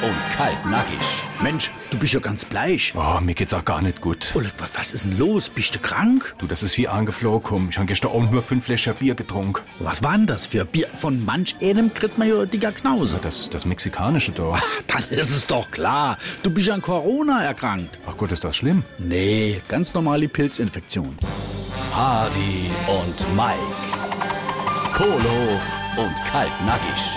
und Kaltnackig. Mensch, du bist ja ganz bleich. Ah, mir geht's auch gar nicht gut. Oleg, wa- was ist denn los? Bist du krank? Du, das ist wie angeflogen. komm. Ich habe gestern auch nur fünf Flaschen Bier getrunken. Was war denn das für Bier? Von manch einem kriegt man ja dicker Knause. Das, das mexikanische da. Dann ist es doch klar. Du bist an Corona erkrankt. Ach Gott, ist das schlimm? Nee, ganz normale Pilzinfektion. Hardy und Mike, Kohlehof und Kaltnackig.